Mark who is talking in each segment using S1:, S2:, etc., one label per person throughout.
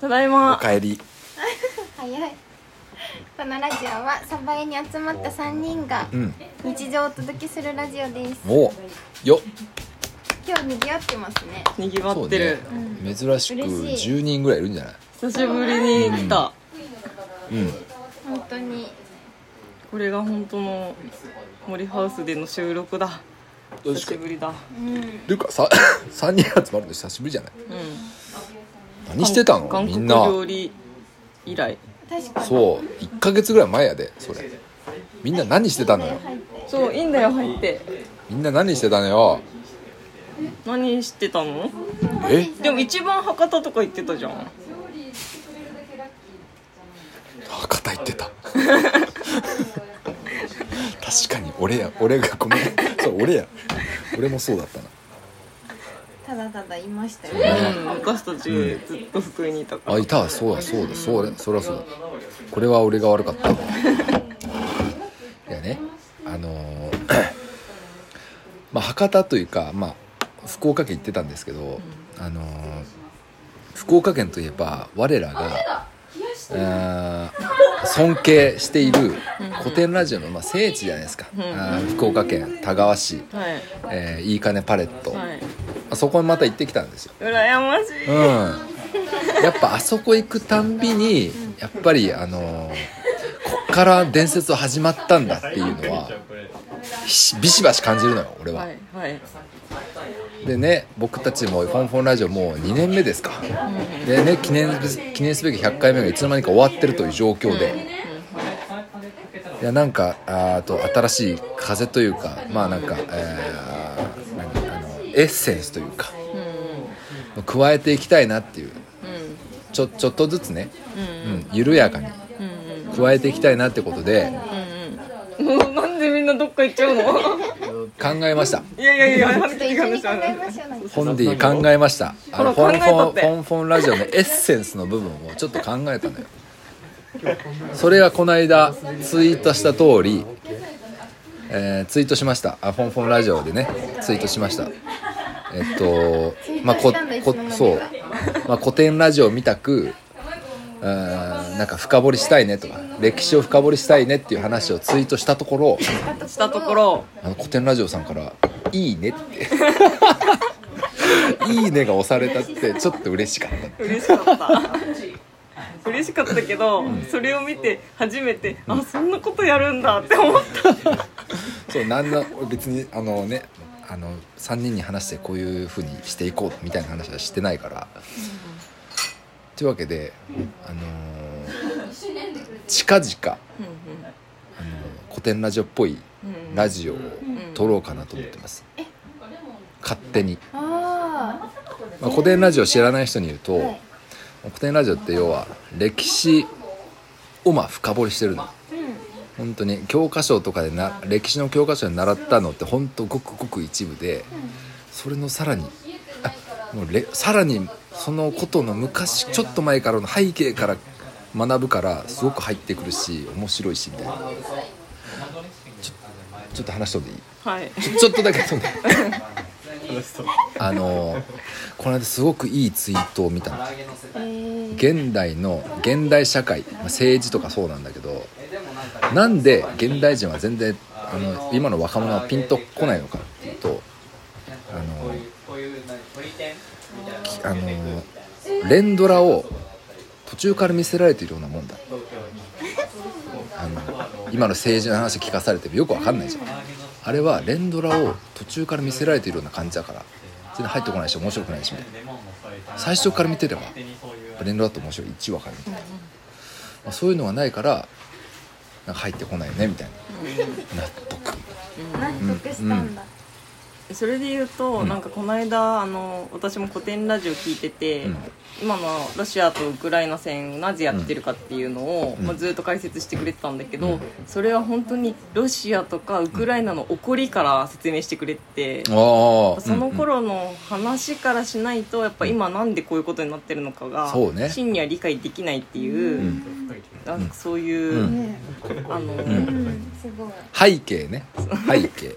S1: ただい
S2: お
S1: ま
S2: かえり
S3: 早いこのラジオはサバエに集まった3人が
S2: うん
S3: 日常をお届けするラジオです
S2: およ
S3: 今日にぎわってますね
S1: にぎわ
S2: そう
S1: ってる、
S2: ね珍しく
S3: 嬉しい
S2: 10人ぐらいいるんじゃない
S1: 久しぶりに来た、
S2: うん
S3: 本当に
S1: これが本当の森ハウスでの収録だ久しぶりだ
S3: うん
S2: ていうかさ 3人集まるの久しぶりじゃない
S1: うん
S2: 何してたの
S1: 韓
S2: み
S1: 国
S2: んな
S1: 料理以来
S3: 確かに
S2: そう1か月ぐらい前やでそれみんな何してたのよ
S3: 入って
S1: そういいんだよ入って
S2: みんな何してたのよ
S1: 何してたの
S2: え
S1: でも一番博多とか行ってたじゃん
S2: 博多行ってた 確かに俺や俺がごめんそう俺や俺もそうだったな
S3: ただただいましたよね
S1: うん私たちずっと福井にいたから
S2: あいたそうだそうだそうだそりゃそうだこれは俺が悪かったいやねあのー まあ博多というか、まあ、福岡県行ってたんですけど、あのー福岡県といえば我らがあー尊敬している古典ラジオの、まあ、聖地じゃないですか、あー福岡県田川市、
S1: はい
S2: えーいいかねパレット、
S1: はい
S2: あそこにまた行ってきたんですよ
S1: 羨ましい、
S2: うん、やっぱあそこ行くたんびにやっぱりあのーこっから伝説は始まったんだっていうのはひしビシバシ感じるのよ俺は、
S1: はいはい
S2: でね僕たちも「フォンフォンラジオ」もう2年目ですか、でね記念す記念すべき100回目がいつの間にか終わってるという状況で、いやなんかあーあと新しい風というかまあなんか、えー何あのエッセンスというか、加えていきたいなっていうちょちょっとずつね、うん緩やかに加えていきたいなってことで
S1: もうなんでみんなどっか行っちゃうの
S2: 考えました
S1: いやいやいや話
S3: 一
S1: 聞
S3: 緒
S1: かな
S3: に
S1: い
S3: 考えましょうなんか
S2: フォンディ考えましたあのフ
S1: ほら
S2: ォンフォ
S1: 考え
S2: ンフ
S1: たって
S2: ォンフォンラジオのエッセンスの部分をちょっと考えたのよそれがこの間ツイートした通り、えーツイートしましたあフォンフォンラジオでねツイートしましたえっとまあここそう、まあ、古典ラジオみたくあーなんか深掘りしたいねとか歴史を深掘りしたいねっていう話をツイートしたところ
S1: したところ
S2: あの古典ラジオさんから「いいね」って「いいね」が押されたってちょっと嬉しかった
S1: 嬉しかった 嬉しかったけど、それを見て初めてあそんなことやるんだって思った
S2: そうなんの別にあのねあの3人に話してこういうふうにしていこうみたいな話はしてないから。というわけで、あのー近々、あのー古典ラジオっぽいラジオを撮ろうかなと思ってます、勝手に、
S3: あ
S2: まあ、古典ラジオ知らない人に言うと、
S3: あはい
S2: 古典ラジオって要は歴史をまあ深掘りしてるの本当に教科書とかでな歴史の教科書で習ったのって本当ごくごく一部でそれのさらにあもうれさらにそのことの昔ちょっと前からの背景から学ぶからすごく入ってくるし面白いしみたいなちょちょっと話しとんでいい
S1: はい
S2: ちょちょっとだけ飛んであのこの間すごくいいツイートを見たの
S3: えー
S2: 現代の現代社会まあ政治とかそうなんだけどなんで現代人は全然あの今の若者はピンとこないのかっていうとあの
S4: こういう何鳥天みたいな
S2: きあの連ドラを途中から見せられているようなもんだあの今の政治の話聞かされてもよくわかんないじゃんあれは連ドラを途中から見せられているような感じだから全然入ってこないし面白くないしみたいな
S4: レモンも添えた
S2: 最初から見てれば
S4: 手にそういう
S2: 連ドラって面白い1話からみたいな、まあ、そういうのがないからなんか入ってこないよねみたいな納得
S3: 納得したんだ
S1: それで言うと、なんかこの間あの私も古典ラジオ聞いてて、
S2: うん
S1: 今のロシアとウクライナ戦なぜやってるかっていうのを、まあ、ずっと解説してくれてたんだけど、それは本当にロシアとかウクライナの起こりから説明してくれて、
S2: ああ
S1: その頃の話からしないとやっぱ今なんでこういうことになってるのかが、
S2: そうね
S1: 真には理解できないっていう、あそういう、
S2: う
S3: ね
S1: あの、
S3: うんすごい
S2: 背景ね背景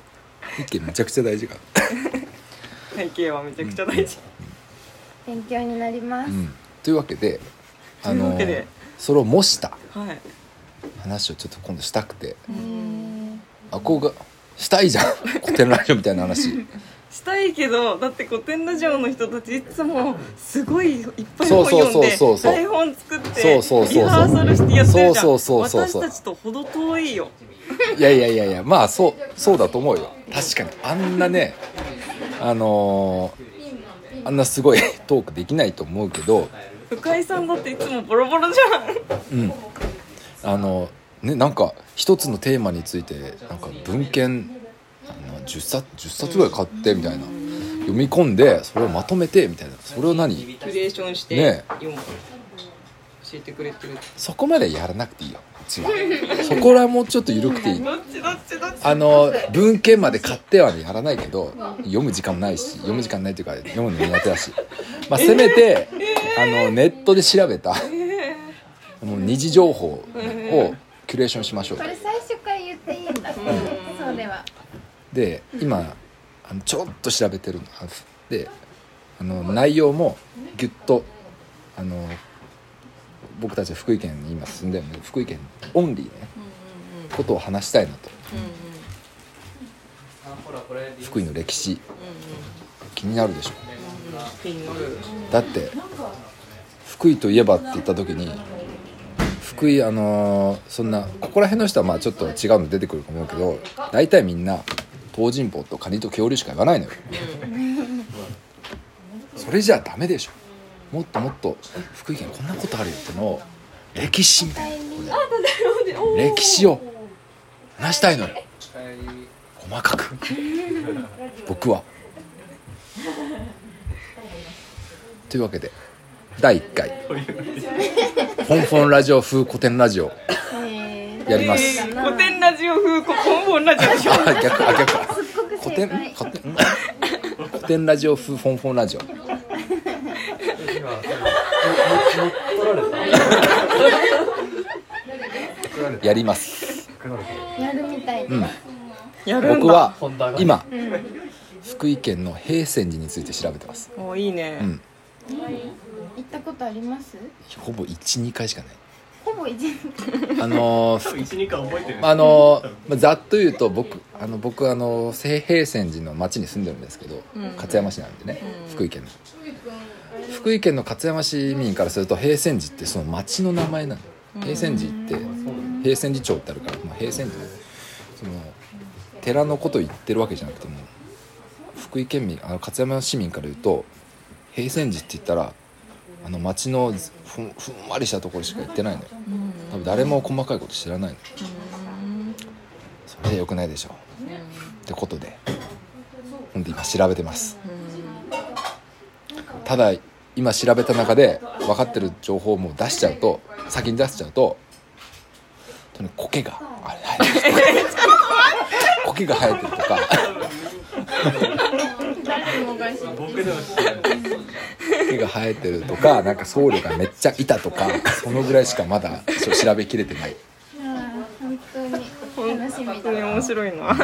S2: 背景めちゃくちゃ大事か
S1: 背景はめちゃくちゃ大事、
S3: 勉強になりま
S2: う
S3: す
S2: んというわけであ
S1: という
S2: の
S1: わけで
S2: それを模した
S1: はい
S2: 話をちょっと今度したくて
S1: うん
S2: あこうがしたいじゃん 古典ラジオみたいな話
S1: したいけどだって古典ラジオの人たちいつもすごいいっぱい
S2: そ
S1: 本
S2: う
S1: 読ん
S2: そう
S1: で
S2: そうそうそう
S1: 台本作って
S2: そうそうそうそう
S1: リハーサルしてやってるじゃん
S2: そうそうそうそうそう
S1: 私たちとほど遠いよ
S2: いやいやいやいやまあそうそうだと思うよ確かにあんなねあのーあんなすごいトークできないと思うけど
S1: 深井さんだっていつもボロボロじゃん
S2: うんあのねなんか一つのテーマについてなんか文献あの10冊10冊ぐらい買ってみたいな読み込んでそれをまとめてみたいなそれを何
S1: キュレーションして、
S2: ね
S1: 読む教えてくれてる
S2: そこまでやらなくていいようちはそこらもうちょっと緩くていい
S1: どっちどっちどっち
S2: あの文献まで買ってはやらないけど読む時間もないし読む時間ないというか読むの苦手だし、まあ、せめてあのネットで調べたもう二次情報をキュレーションしましょう
S3: これ最初から言っていいんだそうでは
S2: で今あのちょっと調べてるのあであの内容もギュッとあの僕たちは福井県に今住んでるので福井県オンリーねことを話したいなと
S4: ほらこれ
S2: 福井の歴史気になるでしょ
S1: 気になる
S2: だって福井といえばって言った時に福井あのーそんなここら辺の人はまあちょっと違うの出てくると思うけど大体みんな東尋坊とカニと恐竜しか言わないのよそれじゃダメでしょもっともっと福井県こんなことあるよってのを歴史みたい
S3: タイミング
S2: な歴史を話したいのよ
S4: 使える
S2: 細かく僕はというわけで第1回「フォンフォンラジオ風古典ラジオ」やります
S1: えー古典ラジオ風こポンポンラジオでしょ
S2: あ逆あ逆か
S3: すっごく
S2: 古
S3: 正
S2: 典
S3: 解
S2: 古典ん古典ラジオ風フォンフォンラジオ
S4: 今乗っ取られた
S2: やります
S3: やるみたいで
S2: うん
S1: やるんだ
S2: 僕は
S4: ホンダが
S2: 今福井県の平泉寺について調べてます
S1: おいいね、
S2: うん
S3: 行ったことあります
S2: ほぼ12回しかない
S3: ほぼ一年
S2: あのー
S4: 12回覚えてる
S2: まああのまあざっと言うと僕あの僕あの西平泉寺の町に住んでるんですけど、勝山市なんでね、福井県の福井県の勝山市民からすると平泉寺ってその町の名前なの平泉寺って平泉寺町ってあるから、まあ、平泉寺その寺のことを言ってるわけじゃなくても福井県民あの勝山市民から言うと平泉寺って言ったらあの町のふんふんわりしたところしか行ってないのよ多分誰も細かいこと知らないのそれじゃ良くないでしょうってことでほんで今調べてますただ今調べた中で分かってる情報をもう出しちゃうと先に出しちゃうととにかく苔があれ生えてる苔が生えてるとか
S4: 僕でも知らない
S2: 苔が生えてるとかなんか僧侶がめっちゃいたとかそのぐらいしかまだそう調べきれてない
S3: あー本当に楽しみ
S1: 本当に
S3: だ
S1: 面白いな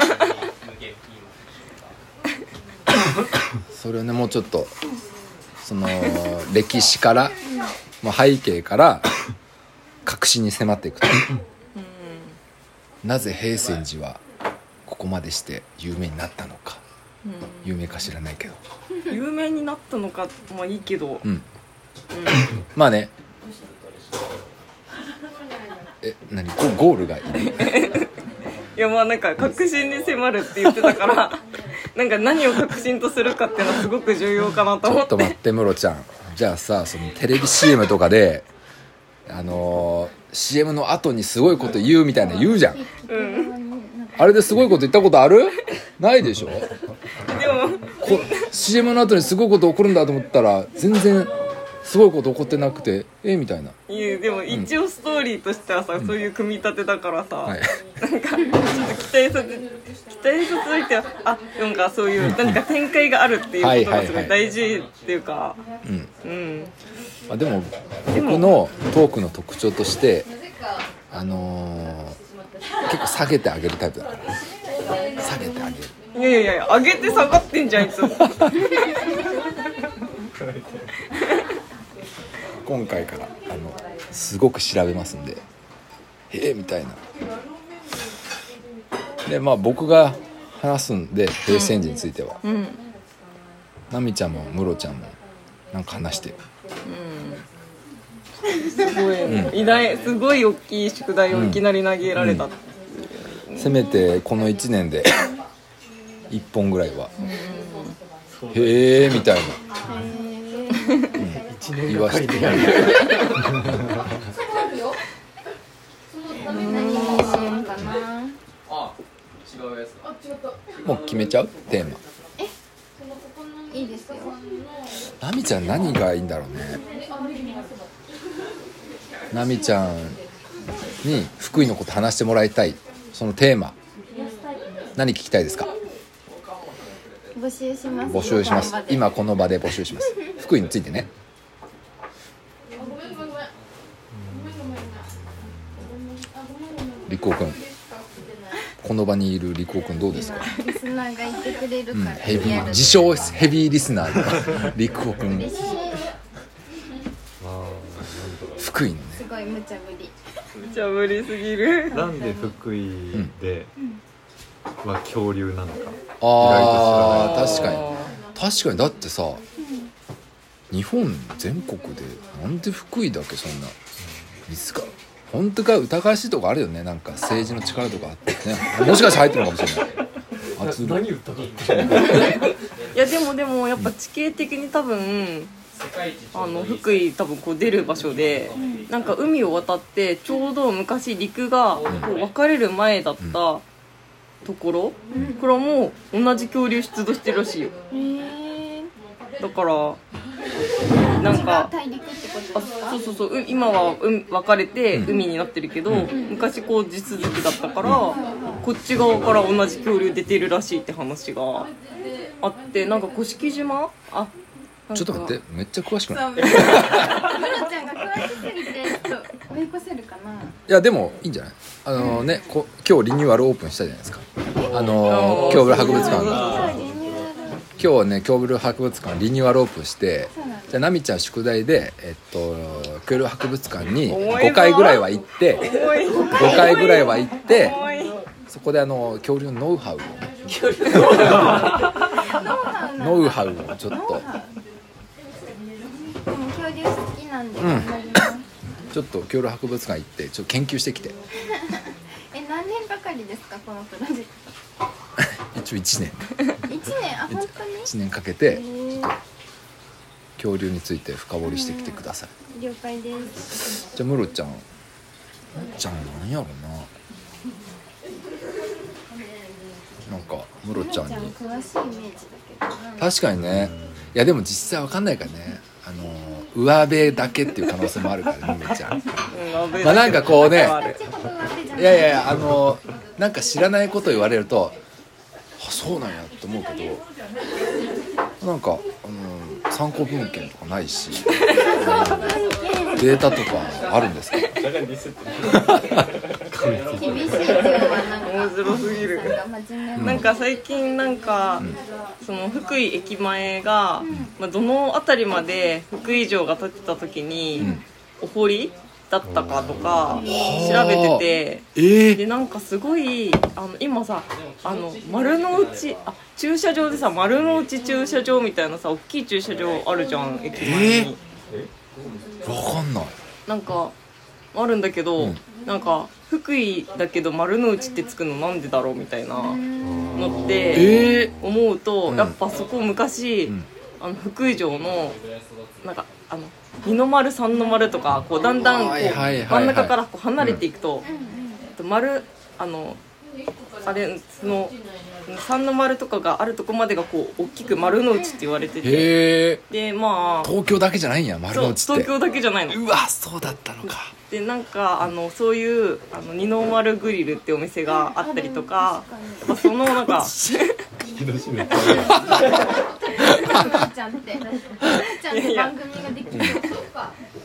S2: それをねもうちょっとその歴史から、もう背景から確信に迫っていくとなぜ平泉寺はここまでして有名になったのか、有名か知らないけど、
S1: 有名になったのかまあいいけど、
S2: うんまあねえ何ゴゴールがいる
S1: いやまあなんか確信に迫るって言ってたからなんか何を確信とするかっていうのはすごく重要かなと
S2: ちょ
S1: 思
S2: っ
S1: って
S2: と待ってムロちゃんじゃあさそのテレビ CM とかであのー CM の後にすごいこと言うみたいな言うじゃんあれですごいこと言ったことあるないでしょ
S1: でも
S2: こ CM の後にすごいこと起こるんだと思ったら全然すごいこと起こってなくてえみたいない
S1: やでも一応ストーリーとしてはさ、そういう組み立てだからさ、
S2: はい
S1: なんかちょっと期待させ期待させといてあなんかそういう何か展開があるっていうことがすごい大事っていうか
S2: うん
S1: うん
S2: まあ、でも僕のトークの特徴としてあのー結構下げてあげるタイプだから下げてあげる
S1: いやいやいや上げて下がってんじゃんいつも
S2: こ今回からあのすごく調べますんでええみたいなでまあ僕が話すんで平成時については、
S1: うんうん
S2: ナミちゃんもムロちゃんもなんか話してよ
S1: すごい、偉大すごい大きい宿題をいきなり投げられた、
S2: せめてこの1年で1本ぐらいは「へえ」みたいな
S4: 一年
S2: 言
S4: が
S2: わ
S4: か
S2: せ
S4: り
S2: て
S4: でやる
S3: 何にしようかな
S2: もう決めちゃうテーマ
S3: いいですよ
S2: ナミちゃん何がいいんだろうねナミちゃんに福井のこと話してもらいたいそのテーマ何聞きたいですか
S3: 募集します
S2: 募集します今この場で募集します福井についてねリコ君この場にいるリコ君どうですか
S3: リスナーがいてくれるから、
S2: ヘビ
S3: リ
S2: ー
S3: アル
S2: 自称ヘビーリスナーのリコ君
S3: 嬉しい
S2: 福井のね
S3: すごい無茶ぶり
S1: めちゃ無理すぎる
S4: なんで福井では恐竜なのか
S1: 意外
S2: ああ
S1: と
S2: 確
S1: 知
S2: からに
S1: ない
S2: 確かにだってさ日本全国でなんで福井だけそんな水か本当か疑わしいとこあるよねなんか政治の力とかあってねもしかして入ってるのかもしれない圧力
S4: 言ったかってる
S1: いやでもでもやっぱ地形的に多分あの福井多分こう出る場所でなんか海を渡ってちょうど昔陸がこう分かれる前だったところこれはもう同じ恐竜出土してるらしいよ
S3: えー、
S1: だからなん
S3: あ
S1: か
S3: 大陸ってこと
S1: あ
S3: ですか
S1: そうそうそうう今は海分かれて海になってるけど、昔こう地続きだったから、こっち側から同じ恐竜出てるらしいって話があってなんか甑島あなんか
S2: ちょっと待ってめっちゃ詳しくない
S3: ムロちゃんが詳しすぎてちょっと追い越せるかない
S2: やでもいいんじゃないあのねこ今日リニューアルオープンしたじゃないですかあ
S1: あー
S2: のー京ブル博物館
S1: そうそうそう
S2: が
S3: そうリニューアル
S2: 今日はね京ブル博物館リニューアルオープンして
S3: そうなん
S2: じ
S3: だ
S2: ゃあ奈美ちゃん宿題でえっと京ブル博物館に
S1: 重いな
S2: 5回ぐらいは行って
S1: おい
S2: 5回ぐらいは行って
S1: おい
S2: そこであの恐竜のノウハウをねノウハウをちょっと
S3: でも恐竜好きなんで、
S2: ん
S3: 頑張ります
S2: ちょっと恐竜博物館行ってちょっと研究してきて
S3: え何年ばかりですかこのプロジェク
S2: 一応1年
S3: ト1年あ本当に
S2: 1年かけ
S3: え
S2: て
S3: ー、
S2: 恐竜について深掘りしてきてください
S3: 了解です
S2: じゃあムロちゃんムロちゃんなんやろななんかムロちゃん
S3: ちゃん
S2: に
S3: 詳しいイメージだけどな
S2: 確かにねいやでも実際わかんないからねあの上辺だけっていう可能性もあるからねムロちゃん
S1: うん危ない
S2: まあなんかこ うね
S1: ある
S3: ちょっとあれじゃない
S2: いやいやいやあのなんか知らないこと言われるとあそうなんやって思うけどなんかあの参考文献とかないしデータとかあるんですか
S3: 厳しいっていうのはなん
S1: 面白すぎる
S3: かなんか真面目
S1: なんか最近なんか、その福井駅前が、まあ、どの辺りまで福井城が建てた時に、お堀だったかとか調べてて。
S2: え
S1: でなんかすごいあの今さあの丸の内あ駐車場でさ丸の内駐車場みたいなさ大きい駐車場あるじゃん駅前に、
S2: わかんない
S1: なんかあるんだけど、なんか福井だけど丸の内ってつくのなんでだろうみたいなのって
S2: ええ
S1: 思うと、
S2: ん
S1: やっぱそこ昔、
S2: ん
S1: あの福井城のなんかあの二の丸三の丸とかこうだんだんこ
S2: は
S1: う
S2: いはいはいはい
S1: 真ん中からこう離れていくと、あと丸あのあれその三の丸とかがあるとこまでがこう大きく丸の内って言われてて
S2: へえ
S1: でまあ
S2: 東京だけじゃないんや丸
S1: そ
S2: の
S1: う
S2: 内って
S1: 東京だけじゃないの
S2: うわそうだったのか
S1: でなんかあのそういうあの二の丸グリルってお店があったりとかやっぱそのなんか
S3: ムロちゃんってムロちゃんって番組ができる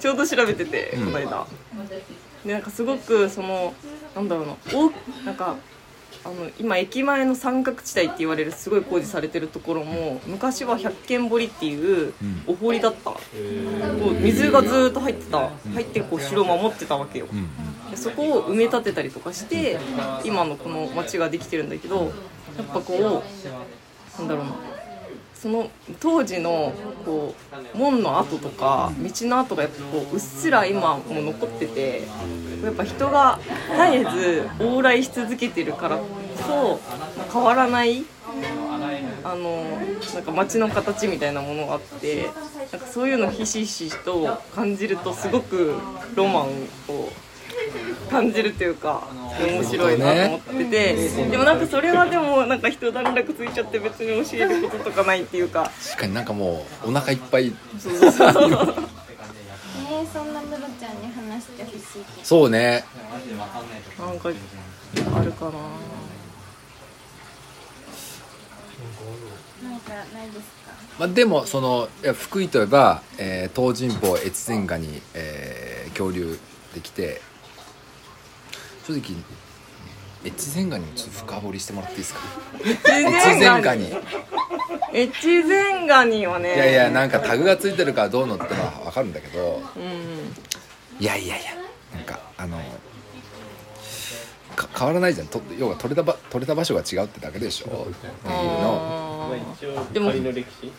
S1: ちょうど調べててこの間でなんかすごくそのなんだろうなおなんかあの今駅前の三角地帯って言われるすごい工事されてるところも昔は百軒堀っていう
S2: うん
S1: お堀だった、こう水がずーっと入ってた入ってこう城を守ってたわけよ、
S2: うん
S1: でそこを埋め立てたりとかして今のこの町ができてるんだけどやっぱこうなんだろうなその当時のこう門の跡とか道の跡がやっぱこううっすら今も残っててやっぱ人が絶えず往来し続けてるからこそ変わらないあのなんか街の形みたいなものがあってなんかそういうのをひしひしと感じるとすごくロマンを感じるというか面白いなと思ってて、でもなんかそれはでもなんか人段落ついちゃって別に教えることとかないっていうか
S2: 確かになんかもうお腹いっぱい
S1: そうそうそう そう
S3: えー、そんなムロちゃんに話してほしいけど
S2: そうね
S1: なんかあるかな
S3: なんかないですか
S2: まあ、でもそのいや福井といえば、えー東尋坊越前ガに、えー恐竜できて正直越前ガにもちょっと深掘りしてもらっていいですか越前ガにい
S1: 越前ガニはね
S2: やいやなんかタグがついてるからどうのってのは分かるんだけど
S1: うん
S2: いやいやいやなんかあのか変わらないじゃんと要は取れたば取れた場所が違うってだけでしょっていうの
S1: あー
S5: でもの歴史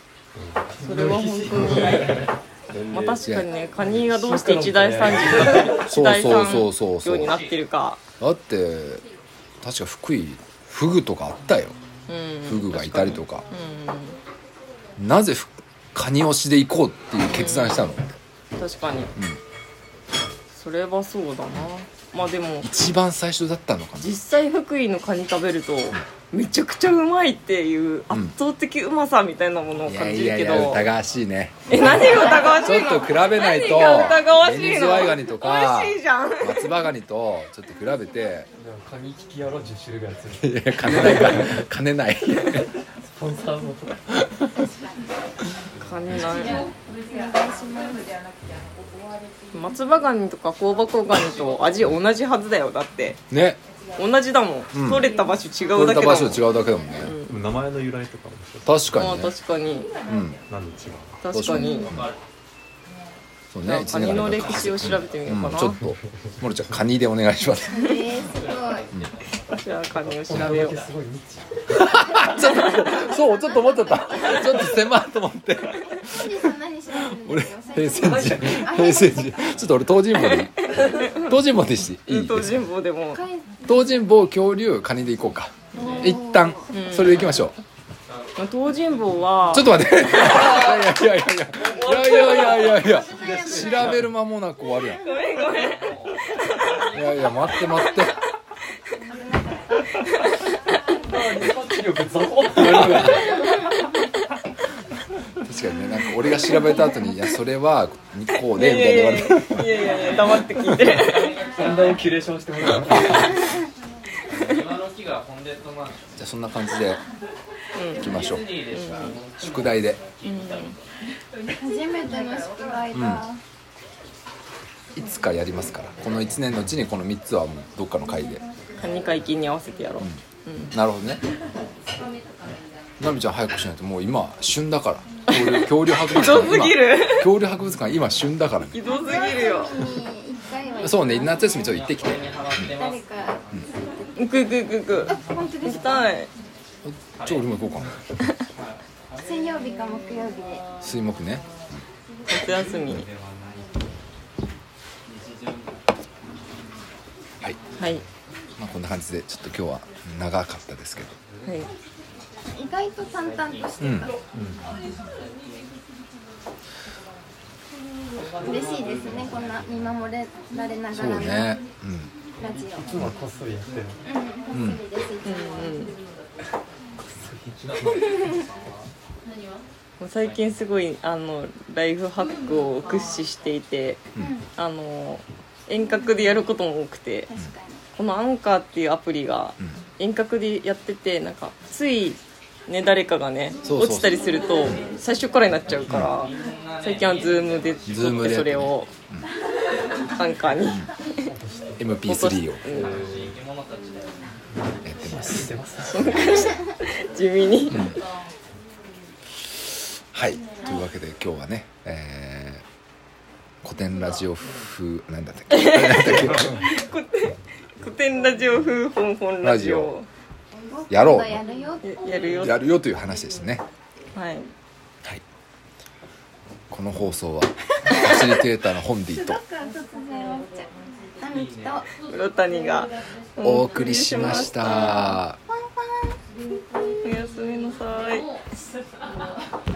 S1: それは本当にまあ確かにねカニがどうして一大産地となってる一
S2: そう
S1: 大
S2: そう
S1: 産
S2: そうそうそ
S1: 業
S2: う
S1: になってるか
S2: だって確か福井フグとかあったよ
S1: うん
S2: フグがいたりとか
S1: う
S2: なぜふカニ推しで行こうっていう決断したの
S1: ん確かに、それはそうだなまあでも
S2: 一番最初だったのかな
S1: 実際福井のカニ食べるとめちゃくちゃうまいっていう圧倒的うまさみたいなものを
S2: いや
S1: 感
S2: い
S1: じ
S2: や
S1: る
S2: い
S1: けど、
S2: や疑わしいね
S1: え何が疑わし
S2: ちょ
S1: い
S2: っ
S1: の
S2: と比べないと
S1: 何が疑わしいの
S2: ベニズワイガニとか
S1: 美味しいじゃん
S2: 松葉ガニとちょっと比べて
S5: でもカニ聞きやろう10種類ぐらいする
S2: いや金ないから金ない
S5: スポンサーも
S1: カニない松葉ガニとか香箱ガニと味同じはずだよだって
S2: ね
S1: 同じだもん、
S2: ん
S1: 取れた場所違う
S2: 取れ
S1: だ
S2: た
S1: けだも
S2: 場
S1: ん
S2: 所違うだけだもんね
S4: でも名前の由来とかも一緒
S2: 確
S1: あ
S2: か
S1: あ
S2: にね
S1: 確かに
S2: うん
S4: なんで違うの
S1: 確かに
S2: うんそう
S1: じゃ
S2: ね
S1: あカニの歴史
S2: を
S1: を調べてみようかな、
S2: ちょっとモルちゃんカニでお願いします
S3: えー、すごい
S1: じゃあカニを調べよう
S5: すごいニッチ
S2: ちょっとそうちょっと思っちゃったちょっと狭いと思って
S3: 何そんなに調べ
S2: 俺
S3: るんですよ
S2: 平成時平成時ちょっと俺東尋坊でいい東尋坊でしていいで
S1: 東
S2: すか
S1: 尋坊でも
S3: 書い
S2: 東尋坊恐竜カニで行こうか一旦それで行きましょ
S1: 東尋坊は
S2: うちょっと待っていやいやいやいやいやいやいやいや調べる間もなく終わるやん
S1: ごめんごめん
S2: いやいや待って待って
S5: 力ザコッ
S2: 確かにねなんか俺が調べた後にいやそれはこう
S1: いや
S2: で
S1: い
S2: みたいな
S1: や
S2: 言われ
S1: い
S2: て
S1: やいやいや黙って聞いてる
S5: だんだんキュレーションしてもらう
S6: 今の木がホンデッドマンシ
S2: じゃあそんな感じで行きましょう
S6: ョンディーでした
S2: 宿題で
S3: 初めての宿題だ、
S2: いつかやりますからこの1年のうちにこの3つはもうどっかの回で
S1: カニ解禁に合わせてやろう、
S2: なるほどねナミちゃん早くしないともう今旬だから恐竜恐竜博
S1: ひ
S2: 物館
S1: どすぎる
S2: 今恐竜博物館今旬だからね
S1: ひどすぎるよ
S3: に一回は
S2: そうね夏休みちょっと行ってきて
S6: ハマってま
S3: 誰
S6: す
S3: か
S1: 行く行く行く行く
S3: 本当
S1: 行
S3: で
S1: き
S3: すか
S1: たい
S2: ちょ俺も行こうか
S3: 水曜日か木曜日で
S2: な水木ね
S1: 夏休み
S2: はい、
S1: はいはい
S2: まあ、こんな感じでちょっと今日は長かったですけど
S3: 意外と淡々として
S2: うん
S3: 嬉しいですねこんな見守れられなが
S2: そ
S3: ら
S2: う
S3: のラ
S2: ねうん
S3: ジオ
S5: 今こっそりやってる
S3: うん、こっそりですいつも
S1: もう最近すごいあのライフハックを駆使していて、あの遠隔でやることも多くて
S3: 確かに
S1: このアンカーっていうアプリが遠隔でやっててなんかついね誰かがね
S2: そうそうそう
S1: 落ちたりすると最初からになっちゃうから、最近はズームで
S2: ズー
S1: 撮っ
S2: ム
S1: て
S2: で
S1: それを、アンカーに
S2: MP3 を
S1: うん
S6: 生き物たちだよ
S2: やってます
S5: ます出 ます
S1: 地味に
S2: はいというわけで今日はね、えー、古典ラジオ風なんだったっけなん だっ
S1: 古典ラジオ風本本ラジオ
S2: やろう
S3: 今度やるよ
S1: ややるよ
S2: けやるよという話でしたね
S1: はい
S2: はいこの放送はファシリテーターのホンディと
S3: 突然終わっちゃう。たぬきと
S1: 室谷が
S2: お送りしました